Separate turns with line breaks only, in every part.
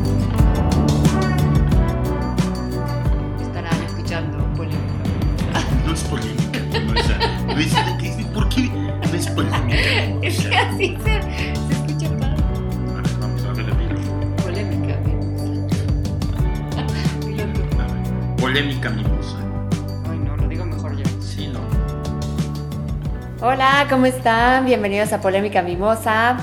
Es que así se, se escucha padre.
Vamos a hablar de Milo.
Polémica, ¿eh?
Polémica mimosa.
Ay, no, lo digo mejor yo.
Sí, no.
Hola, ¿cómo están? Bienvenidos a Polémica Mimosa.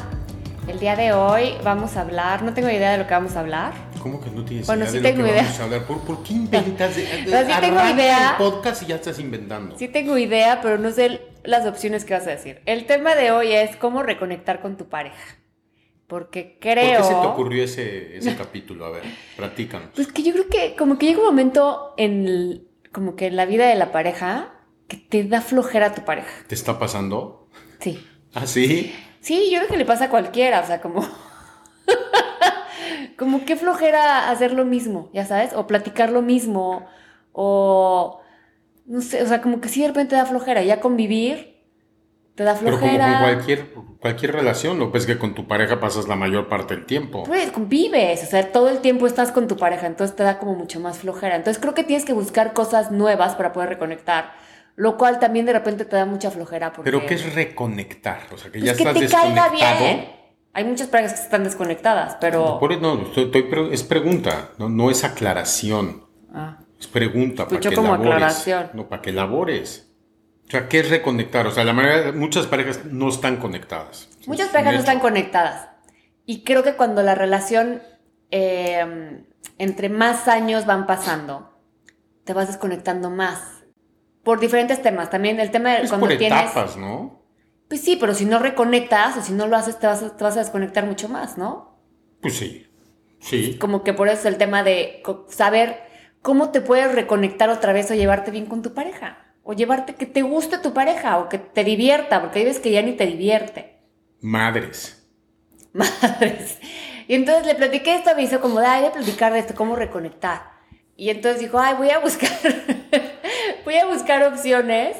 El día de hoy vamos a hablar, no tengo idea de lo que vamos a hablar.
¿Cómo que no tienes
Bueno,
idea
sí
de lo
tengo
que
idea.
vamos a hablar? ¿Por, por qué inventas?
sí tengo
Arranca
idea.
el podcast y ya estás inventando.
Sí tengo idea, pero no sé las opciones que vas a decir. El tema de hoy es cómo reconectar con tu pareja. Porque creo...
¿Por qué se te ocurrió ese, ese capítulo? A ver, platícanos.
Pues que yo creo que como que llega un momento en el- como que en la vida de la pareja que te da flojera a tu pareja.
¿Te está pasando?
Sí.
¿Ah, sí?
Sí, yo creo que le pasa a cualquiera, o sea, como como que flojera hacer lo mismo, ya sabes, o platicar lo mismo o no sé, o sea, como que sí de repente da flojera, ya convivir te da
Pero como con
flojera.
cualquier, cualquier relación, lo ves que con tu pareja pasas la mayor parte del tiempo.
Pues convives, o sea, todo el tiempo estás con tu pareja, entonces te da como mucho más flojera. Entonces creo que tienes que buscar cosas nuevas para poder reconectar, lo cual también de repente te da mucha flojera. Porque,
Pero ¿qué es reconectar? O sea, que
Pues
ya
que
estás
te caiga
desconectado.
bien. Hay muchas parejas que están desconectadas, pero...
Por- no, estoy- estoy pre- es pregunta, no, no es aclaración.
Ah.
Es pregunta para
Escuchó
que
como
labores.
aclaración.
No, para que labores. O sea, ¿qué es reconectar? O sea, la manera, muchas parejas no están conectadas.
Muchas
Es un
parejas no
hecho.
están conectadas. Y creo que cuando la relación, eh, entre más años van pasando, te vas desconectando más. Por diferentes temas. También el tema de
Es
cuando
por
tienes.
etapas, ¿no?
Pues sí, pero si no reconectas o si no lo haces, te vas, a, te vas a desconectar mucho más, ¿no?
Pues sí. Sí.
Como que por eso es el tema de co- saber cómo te puedes reconectar otra vez o llevarte bien con tu pareja. O llevarte que te guste tu pareja o que te divierta, porque hay veces que ya ni te divierte.
Madres.
madres. Y entonces le platiqué esto, me hizo como, ay, voy a platicar de esto, cómo reconectar. Y entonces dijo, ay, voy a buscar, voy a buscar opciones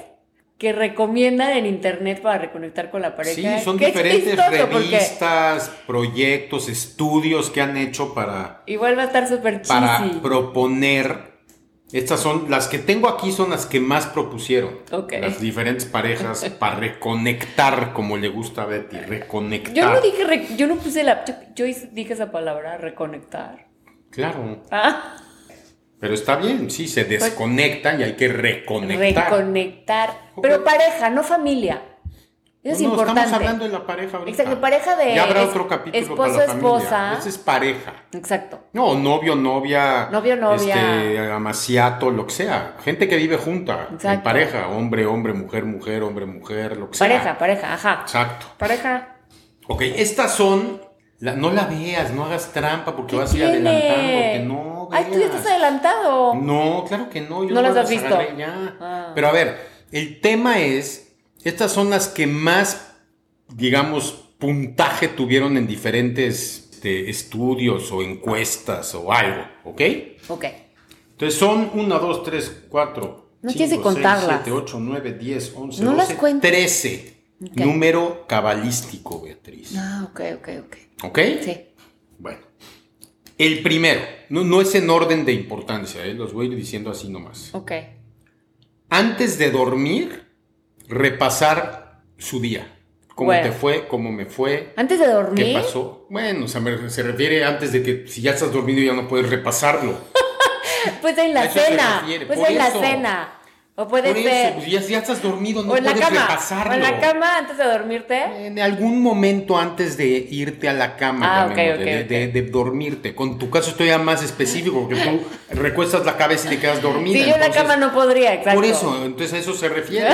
que recomiendan en internet para reconectar con la pareja.
Sí, son
Que es
diferentes
chistoso porque-
revistas, proyectos, estudios que han hecho para,
Y vuelve a estar súper chisi.
para proponer. Estas son, las que tengo aquí son las que más propusieron.
Ok.
Las diferentes parejas para reconectar, como le gusta a Betty, reconectar.
Yo no dije, re- yo no puse la, yo, yo hice- dije esa palabra, reconectar.
Claro,
Ah,
pero está bien, sí, se
Pues
desconectan y hay que reconectar.
reconectar.
Ok. Pues
Pero pareja, no familia. Eso es
No, no,
importante.
Estamos hablando de la pareja ahorita.
Exacto, pareja de
Ya habrá
es-
otro capítulo
esposo,
para la familia.
esposa.
Ese es pareja.
Exacto.
No, novio, novia,
Novio, novia.
este, amaciato, lo que sea. Gente que vive junta, en
Exacto.
pareja, hombre, hombre, mujer, mujer, hombre, mujer, lo que sea.
Pareja, pareja, ajá.
Exacto.
Pareja.
Ok, estas son, la- no la veas, no hagas trampa porque
¿Qué
vas a ir
tiene?
adelantando, que no
Ay, tú ya
veas.
estás adelantado.
No, claro que no. Yo
No las
las
has visto.
agarré ya.
Ah.
Pero a ver, el tema es, estas son las que más, digamos, puntaje tuvieron en diferentes este, estudios o encuestas o algo, ¿ok?
Ok.
Entonces son 1, 2, 3, 4.
No tienes que contarlas.
7, 8, 9, 10, 11,
No las
12,
cuentes.
13.
Ok.
Número cabalístico, Beatriz.
Ah, ok, ok, ok.
¿Ok?
Sí.
Bueno. El primero, no, no es en orden de importancia, ¿eh? los voy a ir diciendo así nomás.
Ok.
Antes de dormir, repasar su día. ¿Cómo
Bueno.
te fue? ¿Cómo me fue?
Antes de dormir.
¿Qué pasó? Bueno, o sea, me- se refiere antes de que si ya estás dormido ya no puedes repasarlo.
Pues en la
A eso se
cena.
refiere,
Pues
por
en la
eso.
cena. O puede
Por
ser.
eso, pues, ya, ya estás dormido, no
o en la
puedes
cama.
repasarlo.
O en la cama antes de dormirte.
En algún momento antes de irte a la cama,
Ah, ok,
llamémosle,
ok,
de,
ok.
de- de dormirte. Con tu caso estoy ya más específico, porque tú recuestas la cabeza y te quedas
si
dormida.
yo en la
entonces,
cama no podría, exacto.
Por eso, entonces a eso se refiere.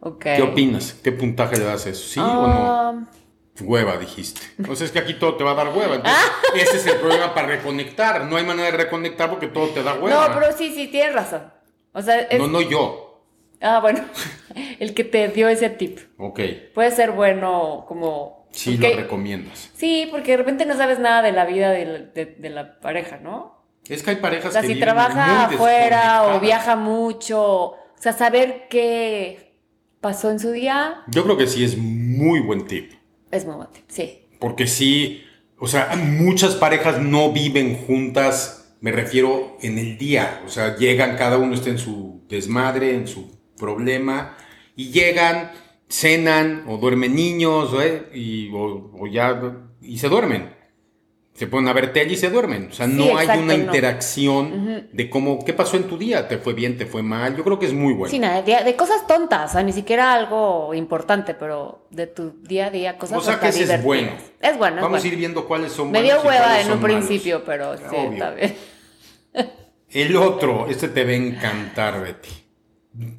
Ok.
¿Qué opinas? ¿Qué puntaje le das a eso? ¿Sí o no?
Ah,
Hueva, dijiste. O sea, es que aquí todo te va a dar hueva. Entonces,
Ah.
ese es el problema para reconectar. No hay manera de reconectar porque todo te da hueva.
No, pero sí, sí, tienes razón. O sea, es-
No, no yo.
Ah, bueno. el que te dio ese tip.
Ok.
Puede ser bueno como...
Sí
porque-
lo recomiendas.
Sí, porque de repente no sabes nada de la vida de la, de- de la pareja, ¿no?
Es que hay
O
parejas
sea,
que
si
viven
trabaja
muy
afuera o
desconectadas.
viaja mucho, o sea, saber qué pasó en su día
Yo creo que sí es muy buen tip.
es muy bueno. Sí,
Porque sí, o sea, muchas parejas no viven juntas, me refiero en el día. O sea, llegan, cada uno está en su desmadre, en su problema, y llegan, cenan o duermen niños ¿eh? y, o, o ya, y se duermen. Se ponen a ver tele y se duermen. O sea,
Sí,
no hay
exacto,
una
no.
interacción de cómo, ¿qué pasó en tu día? ¿Te fue bien? ¿Te fue mal? Yo creo que es muy bueno.
Sí, nada, de, de cosas tontas, o sea, ni siquiera algo importante, pero de tu día a día, cosas
O sea, que ese es
divertidas.
bueno.
Es bueno, es
Vamos
bueno.
a ir viendo cuáles son
Me dio
buenos y
hueva
cuáles
en
son
un
malos. Ah,
principio, pero sí,
Obvio.
está bien.
El otro, este te va a encantar, Betty.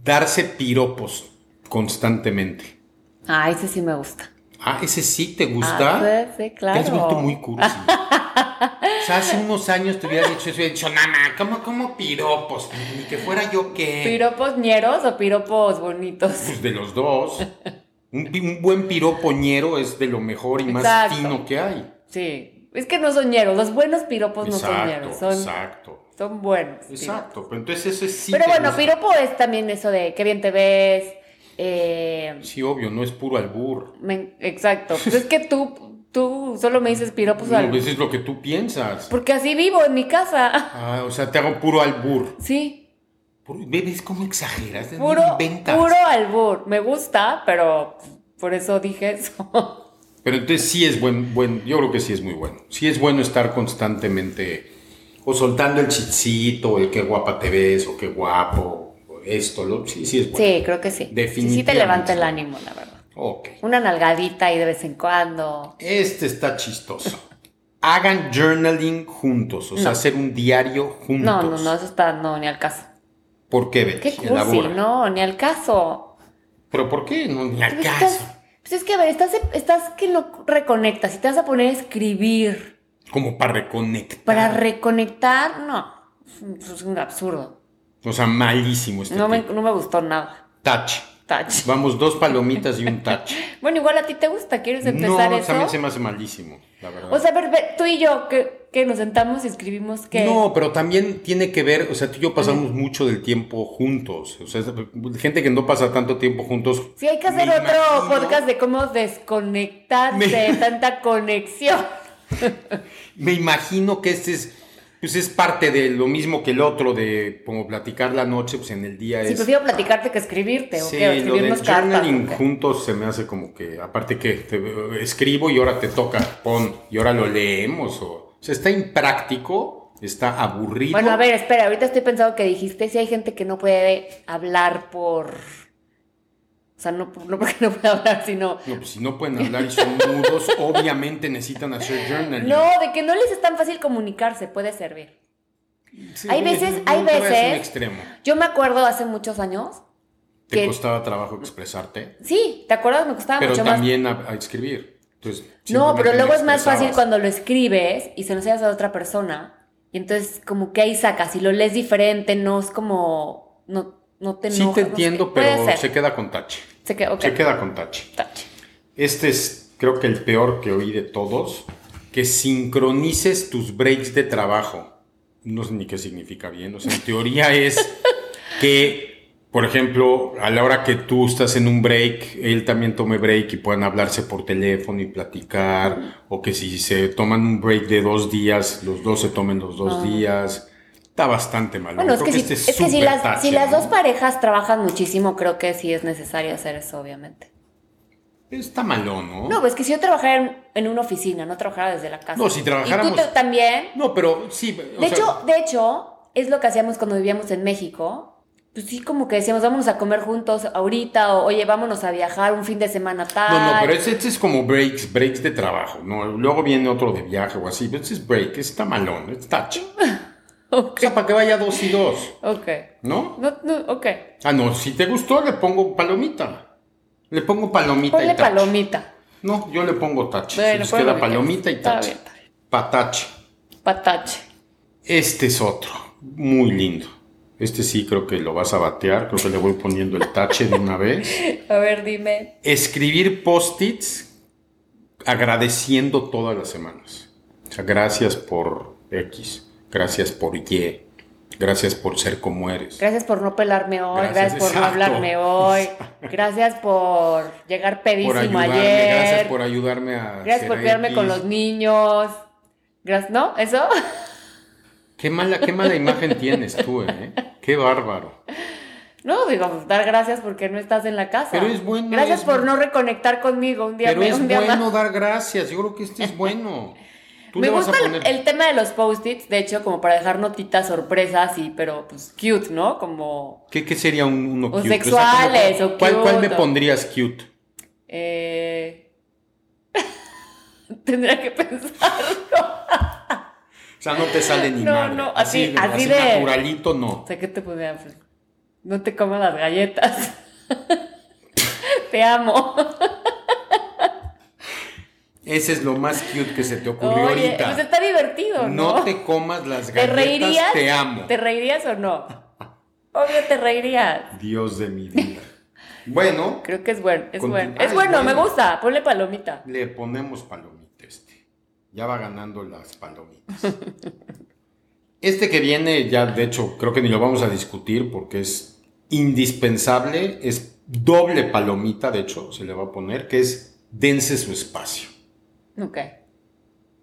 Darse piropos constantemente.
Ah, ese sí me gusta.
Ah, ese sí te
Ah,
gusta.
sí, sí,
Te
claro.
has vuelto muy cursi. o sea, hace unos años te hubiera dicho eso y hubiera dicho, nana, ¿cómo, cómo piropos? Ni que fuera yo que...
¿Piropos ñeros o piropos bonitos?
Pues de los dos. Un, pi- un buen piropoñero es de lo mejor y más
Exacto.
fino que hay.
Sí. Es que no son ñeros. Los buenos piropos no son
exacto,
ñeros. Son,
exacto.
son buenos. piropos.
Exacto. Pero entonces ese sí
Pero
te
bueno,
gusta.
piropo es también eso de qué bien te ves. eh,
Sí, obvio, no es puro albur.
me- exacto. Pues es que tú, tú solo me dices piropos. al-
No, pues, eso es lo que tú piensas.
Porque así vivo en mi casa.
Ah, o sea, te hago puro albur.
Sí.
Puro- ve- ¿Ves cómo exageras?
Puro,
Inventas.
puro albur. Me gusta, pero por eso dije eso.
Pero entonces sí es buen, buen, yo creo que sí es muy bueno. Sí es bueno estar constantemente o soltando el chistito, el qué guapa te ves, o qué guapo, o esto, lo, sí, sí es bueno.
Sí, creo que sí. Sí, sí
Definitivamente.
te levanta el ánimo, la verdad.
Ok.
Una nalgadita ahí de vez en cuando.
Este está chistoso. Hagan journaling juntos, o sea, hacer un diario
No,
juntos.
no, no, eso está, no, ni al caso.
¿Por qué, Betty?
Qué cursi,
Elabora.
no, ni al caso.
¿Pero por qué? No, ni al
Pues
caso.
estás- pues es que, a ver, estás, estás que no reconectas. Si te vas a poner a escribir
Como para reconectar.
para reconectar, no. Eso es un absurdo.
O sea, malísimo este
No me,
tipo.
no me gustó nada.
Touch.
Tach.
Vamos, dos palomitas y un touch.
Bueno, igual a ti te gusta, ¿quieres
No, pues
empezar eso?
también se me hace malísimo, la verdad.
O sea, a ver, ve, tú y yo, que, que nos sentamos y escribimos que.
No, pero también tiene que ver, o sea, tú y yo pasamos mucho del tiempo juntos. O sea, gente que no pasa tanto tiempo juntos.
Sí, hay que hacer
me
otro
imagino-
podcast de cómo desconectarse
Me-
de tanta conexión.
Me imagino que este es, pues es parte de lo mismo que el otro, de como platicar la noche, pues en el día
Si
es.
prefiero platicarte que escribirte, o
Sí,
que
lo del
escribirnos cartas.
journaling
¿o qué?
juntos se me hace como que, aparte que te- escribo y ahora te toca, pon, y ahora lo leemos. O, o sea, está impráctico, está aburrido.
Bueno, a ver, espera, ahorita estoy pensando que dijiste si hay gente que no puede hablar por. O sea, no, no porque no puede hablar, sino.
No, pues si no pueden hablar y son mudos, obviamente necesitan hacer journaling.
No, de que no les es tan fácil comunicarse, puede servir.
Sí,
hay veces-
nunca
hay
vayas a
veces-
un extremo.
Yo me acuerdo hace muchos años.
Te
que-
costaba trabajo expresarte,
Sí, ¿te acuerdas? Me costaba
pero
mucho más.
también a, a escribir. Entonces,
No,
simplemente
pero luego
lo
es más fácil
expresabas.
cuando lo escribes y se lo enseñas a otra persona. Y entonces, como que ahí sacas y lo lees diferente, no es como. No, no te
Sí
enojas,
te
no sé
entiendo,
qué. Puede
pero
ser.
se queda con tache.
Se queda, ok.
Se queda con tache.
Tache.
Este es, creo que el peor que oí de todos. Que sincronices tus breaks de trabajo. No sé ni qué significa bien. O sea, en teoría es que, por ejemplo, a la hora que tú estás en un break, él también tome break y puedan hablarse por teléfono y platicar. O que si se toman un break de dos días, los dos se tomen los dos días. Está bastante mal.
Ah. Bueno, es
Creo
que, si,
este
es que si,
súper
las, si
tache,
las
¿no?
dos parejas trabajan muchísimo, creo que sí es necesario hacer eso, obviamente.
Está malón, ¿no?
No, pues que si yo trabajara en, en una oficina, no trabajara desde la casa.
No, si
Y
trabajáramos-
tú te- también.
No, pero sí.
De hecho, de hecho, es lo que hacíamos cuando vivíamos en México. Pues sí, como que decíamos, vámonos a comer juntos ahorita, o oye, vámonos a viajar un fin de semana tal.
No, no, pero este, este es como breaks, breaks de trabajo, ¿no? Luego viene otro de viaje o así, pero este es break, este está malón, es touch. O
Ok,
sea, para que vaya dos y dos,
ok.
¿no?
No, no, ok.
Ah, no, si te gustó, le pongo palomita. Le pongo palomita
Ponle
y Pues touch.
palomita,
No, yo le pongo touch. Se
Bueno,
nos queda
ponle palomita.
palomita y
Está
touch.
bien, está bien.
Patach.
patache.
Este es otro, muy lindo. Este sí creo que lo vas a batear, creo que le voy poniendo el tache de una vez.
A ver, dime.
escribir post-its agradeciendo todas las semanas. O sea, gracias por X, gracias por Y, gracias por ser como eres.
Gracias por no pelarme hoy, gracias,
Gracias,
por no
exacto.
hablarme hoy, gracias por llegar
Por
pedísimo
ayudarme,
ayer,
gracias por ayudarme a.
gracias
ser
por cuidarme
X.
con los niños, gracias, ¿no? ¿Eso?
Qué mala, qué mala imagen tienes tú, ¿eh? Qué bárbaro.
No, digo, pues, dar gracias porque no estás en la casa.
Pero es bueno,
Gracias
es
por
bueno.
no reconectar conmigo un día,
Pero
me-
es
un día más.
bueno dar gracias. Yo creo que este es bueno. Tú
Me
le vas
gusta
a
el-
poner.
el tema de los post-its, de hecho, como para dejar notitas sorpresas y, pero pues cute, ¿no? Como
¿Qué, qué sería un, uno
O
cute?
sexuales,
como-
o
¿cuál, ¿Cuál me
cute, o-
pondrías cute?
eh, tendría que pensarlo.
O sea, no te sale ni
No,
madre.
no, así-
así,
así
así
de-
naturalito no.
O sea, ¿qué te podría hacer? No te comas las galletas. te amo.
Ese es lo más cute que se te ocurrió
Oye,
ahorita.
pues está divertido, ¿no?
no, te comas las
¿Te
galletas,
reirías?
te amo.
¿Te reirías o no? Obvio te reirías.
Dios de mi vida. Bueno,
Creo que es bueno, es
Continúa.
bueno.
Ah,
Es
es
bueno, me
bueno.
gusta. Ponle palomita.
le ponemos palomita este. Ya va ganando las palomitas. Este que viene, ya de hecho, creo que ni lo vamos a discutir porque es indispensable. Es doble palomita, de hecho, se le va a poner, que es dense su espacio.
Ok.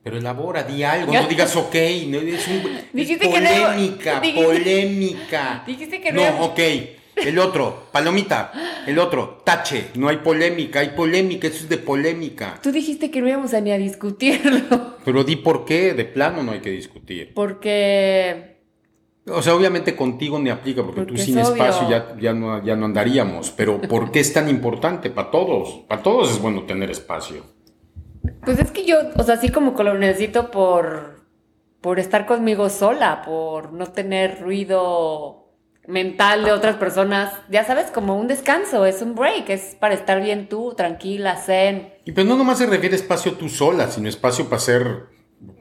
Pero elabora, di algo, no digas ok, no, es un-
Dijiste que no-
polémica,
dijiste-
polémica.
dijiste que no
no.
era-
No, ok. El otro, palomita, el otro, tache, no hay polémica, hay polémica, eso es de polémica.
Tú dijiste que no íbamos a ni a discutirlo.
Pero di por qué, de plano no hay que discutir.
Porque.
O sea, obviamente contigo ni aplica, porque,
Porque
tú
es
sin espacio
obvio.
ya, ya, no, ya no andaríamos. Pero ¿por qué es tan importante? Para todos, para todos es bueno tener espacio.
Pues es que yo, o sea, así como que lo necesito por. por estar conmigo sola, por no tener ruido mental de otras personas. Ya sabes, como un descanso, es un break, es para estar bien tú, tranquila, zen.
Y pues no nomás se refiere espacio tú sola, sino espacio para ser,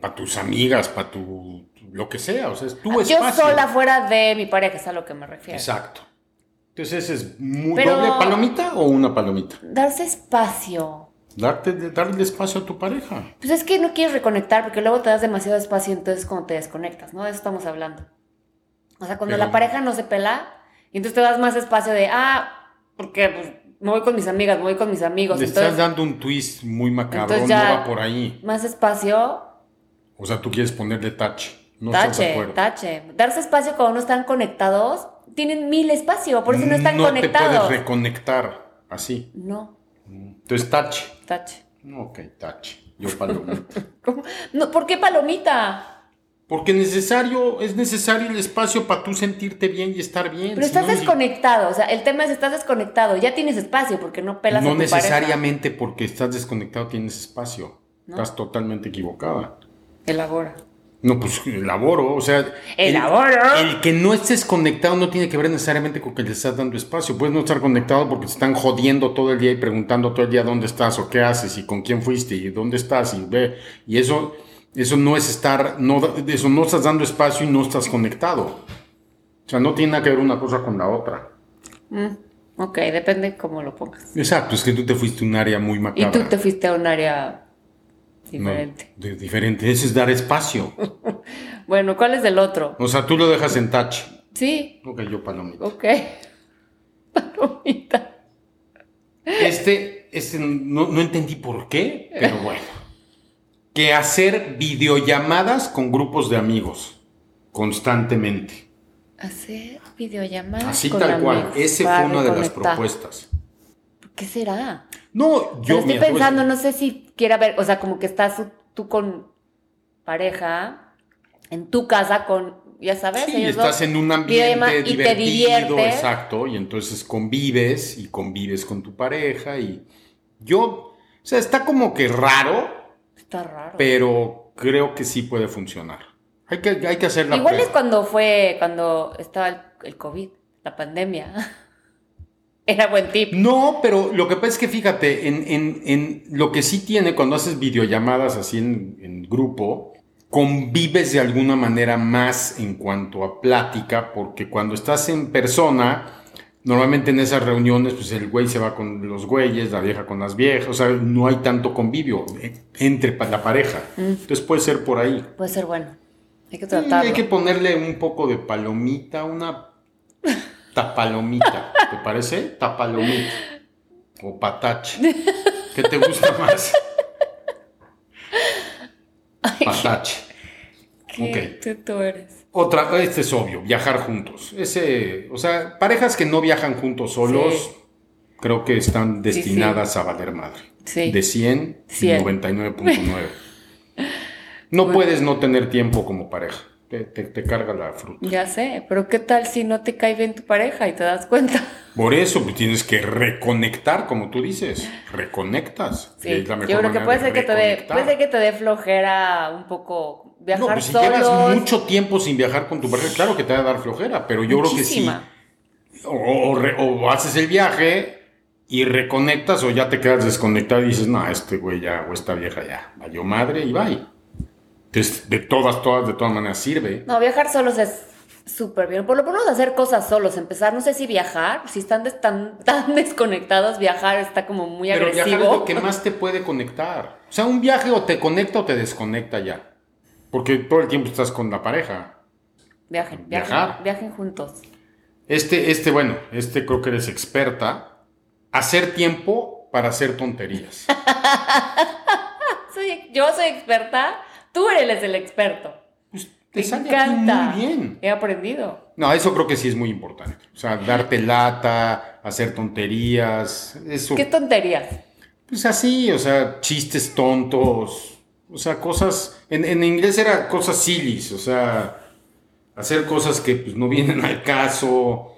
para tus amigas, para tu, lo que sea, o sea, es tu
Ah, Yo
espacio.
sola fuera de mi pareja, es a lo que me refiero.
Exacto. Entonces ese es muy
Pero-
doble palomita o una palomita.
Darse espacio.
Darte, darle espacio a tu pareja.
Pues es que no quieres reconectar porque luego te das demasiado espacio, entonces cuando te desconectas, ¿no? De eso estamos hablando. O sea, cuando
Pero-
la pareja no se pela, y entonces te das más espacio de, ah, porque pues, me voy con mis amigas, me voy con mis amigos,
Le estás
entonces
dando un twist muy macabro,
entonces ya-
no va por ahí.
más espacio,
O sea, tú quieres ponerle tache. No estás de
tache,
acuerdo.
tache. Darse espacio cuando no están conectados, tienen mil espacio, por eso no están
te
conectados.
puedes reconectar así.
no,
Entonces tache.
tache.
Ok, tache. Yo palomita.
¿Cómo? No, ¿Por qué palomita?
Porque necesario, es necesario el espacio para tú sentirte bien y estar bien.
Pero
si
estás
Pues no, ni-
desconectado, o sea, el tema es estás desconectado, ya tienes espacio porque no pelas a
No
tu pareja.
necesariamente porque estás desconectado tienes espacio.
No.
Estás totalmente equivocada.
Elabora.
No, pues elaboro, o sea...
Elaboro.
El, el que no estés conectado no tiene que ver necesariamente con que le estás dando espacio. Puedes no estar conectado porque te están jodiendo todo el día y preguntando todo el día dónde estás o qué haces y con quién fuiste y dónde estás y ve. Y eso, eso no es estar, no, da- eso no estás dando espacio y no estás conectado. O sea, no tiene nada que ver una cosa con la otra.
Mm, ok, depende cómo lo pongas.
Exacto, es que tú te fuiste a un área muy macabra.
Y tú te fuiste a un área
No,
diferente.
de- diferente. Eso es dar espacio.
Bueno, ¿cuál es el otro?
O sea, tú lo dejas en touch.
Sí,
Ok, yo palomita.
ok. Palomita.
Este, este no, no entendí por qué, pero bueno. Que hacer videollamadas con grupos de amigos constantemente.
Hacer videollamadas.
Así
con
tal cual.
amigos
Ese fue
para
una de las
reconectar.
propuestas.
¿Qué será? Yo
No, yo
estoy
mira, pues,
pensando, no sé si quiera ver, o sea, como que estás tú con pareja en tu casa con, ya sabes,
Sí,
ellos
estás
dos.
en un
y además-
ambiente
y te
divertido,
diviertes.
exacto, y entonces convives y convives con tu pareja y yo, o sea, está como que raro,
Está raro.
pero creo que sí puede funcionar. Hay que, hay que hacer la
Igual es
prueba.
cuando fue, cuando estaba el, el COVID, la pandemia. Era buen tip.
No, pero lo que pasa es que fíjate, en, en- en lo que sí tiene cuando haces videollamadas así en, en grupo, convives de alguna manera más en cuanto a plática, porque cuando estás en persona, normalmente en esas reuniones, pues el güey se va con los güeyes, la vieja con las viejas, o sea, no hay tanto convivio eh, entre pa- la pareja. Entonces puede ser por ahí.
Puede ser bueno. Hay que
Mm,
tratarlo.
Hay que ponerle un poco de palomita, una tapalomita. ¿Te parece? Tapalomita. O patache. ¿Qué te gusta más? Patache.
¿Qué
ok.
tú- tú eres?
Otra, este es obvio, viajar juntos. Ese, o sea, parejas que no viajan juntos solos, creo que están
sí.
destinadas a valer madre.
Sí.
De 100,
Cien.
99.9. No
Bueno.
puedes no tener tiempo como pareja. Te, te- te carga la fruta.
Ya sé, pero ¿qué tal si no te cae bien tu pareja y te das cuenta?
Por eso pues, tienes que reconectar, como tú dices. Reconectas.
Sí,
Es la mejor
yo creo que
manera
puede
de
ser que, te dé,
reconectar.
puede ser que te dé flojera un poco viajar
No, pues si
solos.
llevas mucho tiempo sin viajar con tu pareja, claro que te va a dar flojera, pero yo
Muchísima.
creo que sí. O, o re- o haces el viaje y reconectas o ya te quedas desconectado y dices, no, este güey ya, o esta vieja ya, valió madre y bye. Entonces, de todas, todas, de todas maneras sirve.
No, viajar solos es súper bien. Por lo menos hacer cosas solos, empezar, no sé si viajar, si están des- tan, tan desconectados, viajar está como muy
Pero
agresivo.
viajar es lo que más te puede conectar. O sea, un viaje o te conecta o te desconecta ya. Porque todo el tiempo estás con la pareja.
Viajen, viajen,
Viajar.
viajen juntos.
Este, este, bueno, este creo que eres experta. Hacer tiempo para hacer tonterías.
Soy- yo soy experta, tú eres el experto.
Pues, te
Me
sale a ti
encanta.
muy bien.
He aprendido.
No, eso creo que sí es muy importante. O sea, darte lata, hacer tonterías, eso.
¿Qué tonterías?
Pues así, o sea, chistes tontos, o sea, cosas, en, en inglés era cosas sillies, o sea, hacer cosas que pues, no vienen al caso,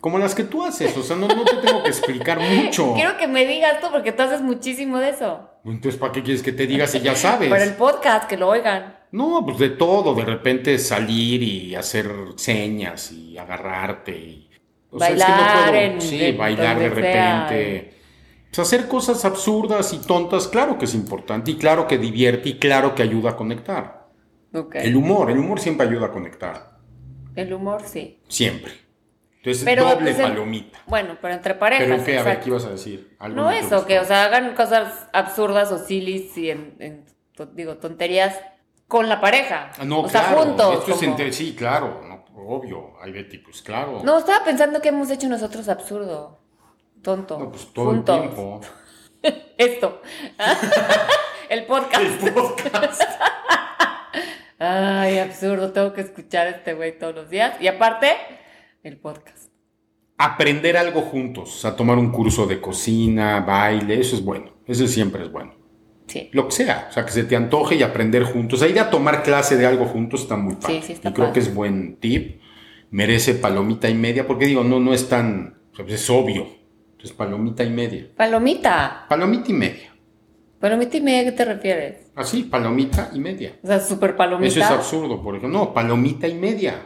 como las que tú haces, o sea, no, no te tengo que explicar mucho.
Quiero que me digas tú porque tú haces muchísimo de eso.
Entonces, ¿para qué quieres que te diga si ya sabes?
Para el podcast, que lo oigan.
No, pues de todo, de repente salir y hacer señas y agarrarte y o sea, es que no
Bailar
puedo-
en-
sí,
de-
bailar de
donde sea.
repente. Pues hacer cosas absurdas y tontas, claro que es importante y claro que divierte y claro que ayuda a conectar.
Ok.
El humor, el humor siempre ayuda a conectar,
El humor, sí.
siempre. Entonces,
Pero,
doble
pues, el-
palomita.
Bueno, pero entre parejas.
Pero qué, a ver,
exacto.
¿qué ibas a decir? Algo
No
que te
eso, que, o
gustó.
sea, hagan cosas absurdas o silly y en, en to- digo, tonterías con la pareja.
Ah, no,
o sea,
claro,
juntos.
esto es
como-
entre- sí, claro, no, obvio, hay de tipos, claro.
No, estaba pensando que hemos hecho nosotros absurdo. Tonto.
No, pues todo
juntos.
el tiempo.
Esto. El podcast.
El podcast.
Ay, absurdo. Tengo que escuchar a este güey todos los días. Y aparte, el podcast.
aprender algo juntos, o sea, tomar un curso de cocina, baile, eso es bueno, eso siempre es bueno.
Sí.
Lo que sea, o sea, que se te antoje y aprender juntos. Ahí de a tomar clase de algo juntos está muy padre.
sí está
y creo
padre.
que es buen tip. Merece palomita y media, porque digo, no, no es tan, o sea, pues es obvio. Entonces, palomita y media.
Palomita.
Palomita y media.
Palomita y media, ¿a ¿qué te refieres?
Así, palomita y media.
O sea, super palomita.
Eso es absurdo, por ejemplo. No, palomita y media.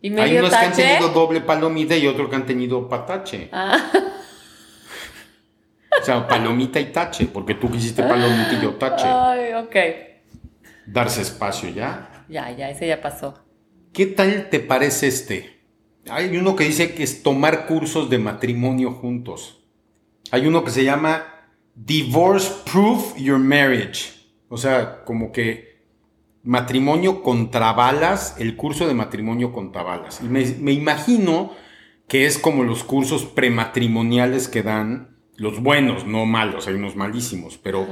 Y
Hay
medio
unos que han
tache.
tenido doble palomita y otros que han tenido patache.
Ah.
O sea, palomita y tache, porque tú quisiste palomita y yo tache.
Ay, ok.
Darse espacio ya.
Ya, ya, ese ya pasó.
¿Qué tal te parece este? Hay uno que dice que es tomar cursos de matrimonio juntos. Hay uno que se llama Divorce Proof Your Marriage. O sea, como que matrimonio contra balas, el curso de matrimonio contra balas. Y me, me imagino que es como los cursos prematrimoniales que dan los buenos, no malos, hay unos malísimos, pero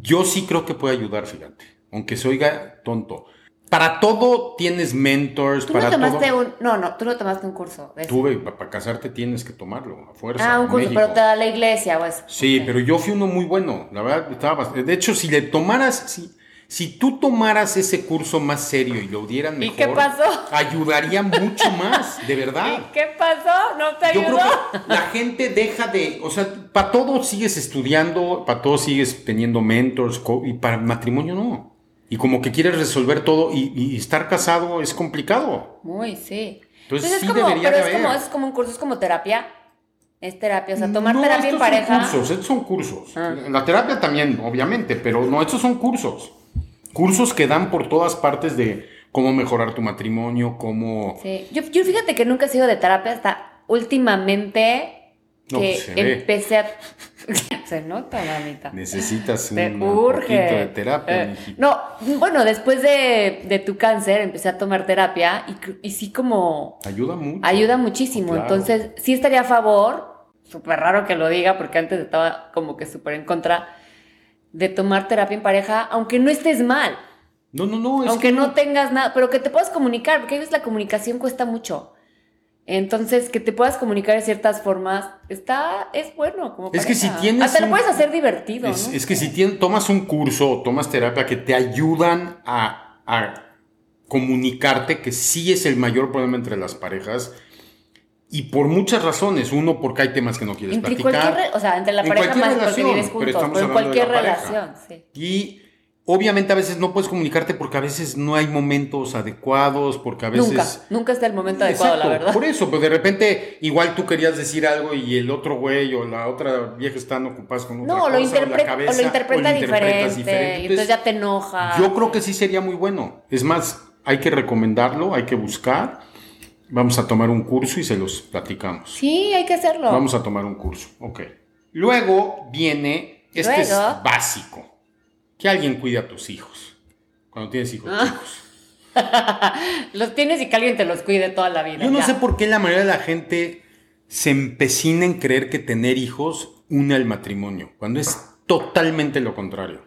yo sí creo que puede ayudar, fíjate, aunque se oiga tonto. Para todo tienes mentors,
Tú
para
no tomaste
todo.
un. No, no, tú no tomaste un curso. de eso.
Tuve, para casarte tienes que tomarlo, a fuerza.
ah, un
en
curso,
México.
pero te da la iglesia o eso.
Sí,
Ok.
pero yo fui uno muy bueno, la verdad, estaba bast- De hecho, si le tomaras, si, si tú tomaras ese curso más serio y lo dieran
¿Y
mejor,
qué pasó?
ayudaría mucho más, de verdad.
¿Y qué pasó? ¿No te
Yo
ayudó?
creo que la gente deja de, o sea, para todo sigues estudiando, para todo sigues teniendo mentors, co- y para el matrimonio no. Y como que quieres resolver todo y, y estar casado es complicado.
Muy, sí.
Entonces, Pues sí
es como,
debería
pero
de
es como,
haber.
es como un curso, es como terapia. Es terapia, o sea, tomar
No,
terapia en
estos son
pareja.
cursos, estos son cursos.
Ah.
La terapia también, obviamente, pero no, estos son cursos. Cursos que dan por todas partes de cómo mejorar tu matrimonio, cómo...
Sí. Yo, yo fíjate que nunca he sido de terapia hasta últimamente
No,
que
pues, se ve.
empecé a. se nota, mamita.
Necesitas
Te
un
urge.
poquito de terapia,
Eh,
mijito.
no, bueno, después de, de tu cáncer empecé a tomar terapia y, cr- y sí como
Ayuda mucho.
ayuda muchísimo.
Claro.
Entonces, sí estaría a favor, súper raro que lo diga porque antes estaba como que súper en contra de tomar terapia en pareja, aunque no estés mal.
No, no, no. es
Aunque
que
no tengas nada, pero que te puedas comunicar, porque a veces la comunicación cuesta mucho. Entonces, que te puedas comunicar de ciertas formas, está, es bueno. Como
Es que
pareja.
si tienes
Hasta
un-
lo puedes hacer divertido,
Es,
¿no?
es que si tien- tomas un curso o tomas terapia que te ayudan a, a comunicarte, que sí es el mayor problema entre las parejas, y por muchas razones. Uno, porque hay temas que no quieres
En cualquier
platicar.
re- o sea, entre la
en
pareja
cualquier
más porque
relación,
vives
pero
juntos,
estamos
pero en
hablando de
cualquier
la pareja.
relación, sí.
Y obviamente a veces no puedes comunicarte porque a veces no hay momentos adecuados, porque a veces...
Nunca, nunca está el momento adecuado,
Exacto,
la verdad.
Por eso, pues de repente igual tú querías decir algo y el otro güey o la otra vieja están ocupadas con otra
No, o lo,
cosa, o la
interpre-
cabeza,
o lo interpreta diferente,
interpretas
y
diferente.
entonces ya te enoja.
Yo creo que sí sería muy bueno. Es más, hay que recomendarlo, hay que buscar. Vamos a tomar un curso y se los platicamos.
Sí, hay que hacerlo.
Vamos a tomar un curso, ok. Luego viene, este es
Luego.
básico, que alguien cuide a tus hijos. Cuando tienes hijos
Ah.
chicos.
Los tienes y que alguien te los cuide toda la vida.
Yo no
ya.
sé por qué la mayoría de la gente se empecina en creer que tener hijos une al matrimonio, cuando es totalmente lo contrario.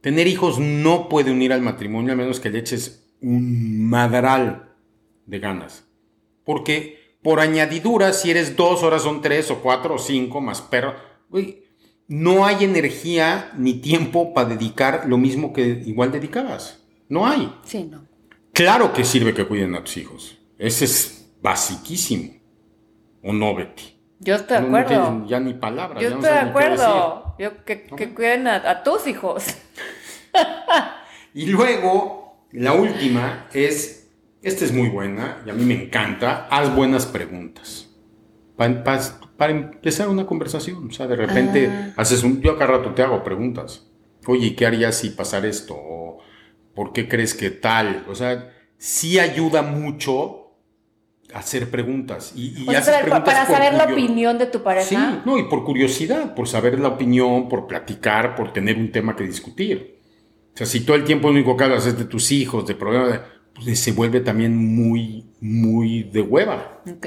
Tener hijos no puede unir al matrimonio a menos que le eches un madral de ganas. Porque por añadidura, si eres dos, ahora son tres o cuatro o cinco más perro. Uy, no hay energía ni tiempo para dedicar lo mismo que igual dedicabas. No hay.
Sí, no.
Claro que sirve que cuiden a tus hijos. Ese es basiquísimo. O no, Betty.
Yo estoy de
No- no
acuerdo.
tienes ya ni palabras.
Yo
ya no
estoy de
sabes ni qué
acuerdo. Yo que, que
Ok.
cuiden a, a tus hijos.
decir. Y luego, la última es, esta es muy buena y a mí me encanta, haz buenas preguntas. Para, empezar una conversación. O sea, de repente
Ah.
haces un, yo a cada rato te hago preguntas. Oye, ¿y ¿qué harías si pasara esto? O, ¿por qué crees que tal? O sea, sí ayuda mucho hacer preguntas. Y, y
O sea,
haces
para-
preguntas
para
por
saber la
curio-
opinión de tu
Sí,
pareja.
no, y por curiosidad, por saber la opinión, por platicar, por tener un tema que discutir. O sea, si todo el tiempo lo único que hablas es de tus hijos, de problemas, pues se vuelve también muy, muy de hueva.
Ok.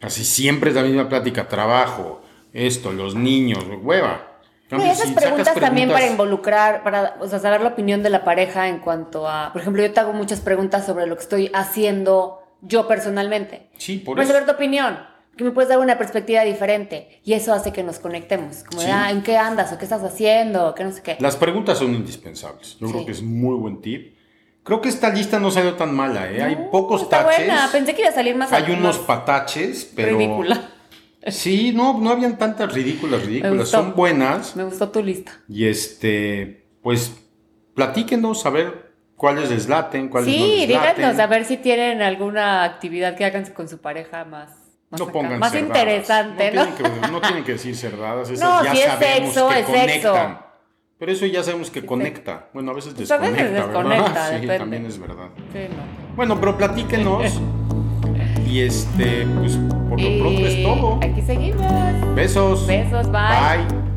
Casi siempre es la misma plática, trabajo, esto, los niños, hueva. En
No, y
cambio,
esas
si sacas
preguntas también para
preguntas-
involucrar, para o sea, saber la opinión de la pareja en cuanto a, por ejemplo, yo te hago muchas preguntas sobre lo que estoy haciendo yo personalmente.
Sí, por
Puedes
eso.
saber tu Pues, opinión, que me puedes dar una perspectiva diferente y eso hace que nos conectemos, como de,
Sí.
ah, en qué andas o qué estás haciendo, que no sé qué.
Las preguntas son indispensables. Yo
Sí.
creo que es muy buen tip. Creo que esta lista no salió tan mala, ¿eh? Hay
No,
pocos
está
taches.
buena, pensé que iba a salir más
Hay
más
unos pataches, pero.
ridícula.
Sí, no, no habían tantas ridículas, ridículas.
gustó.
Son buenas.
Me gustó tu lista.
Y este, pues, platíquenos a ver cuáles les laten, cuáles no
Sí,
les laten.
díganos a ver si tienen alguna actividad que hagan con su pareja más, más,
No
acá,
pongan
más
cerdadas.
interesante, ¿no?
Tienen que, no tienen que decir cerdadas. Esas
No,
ya
si es
sabemos
sexo,
que
es sexo.
conectan. Pero eso ya sabemos que conecta. Bueno, a veces
Pues a
desconecta,
veces
¿verdad?
desconecta,
sí,
depende.
también es verdad.
Sí, no.
Bueno, pero platíquenos. y este, pues, por lo
Y
pronto es todo.
Aquí seguimos.
Besos.
Besos, bye.
Bye.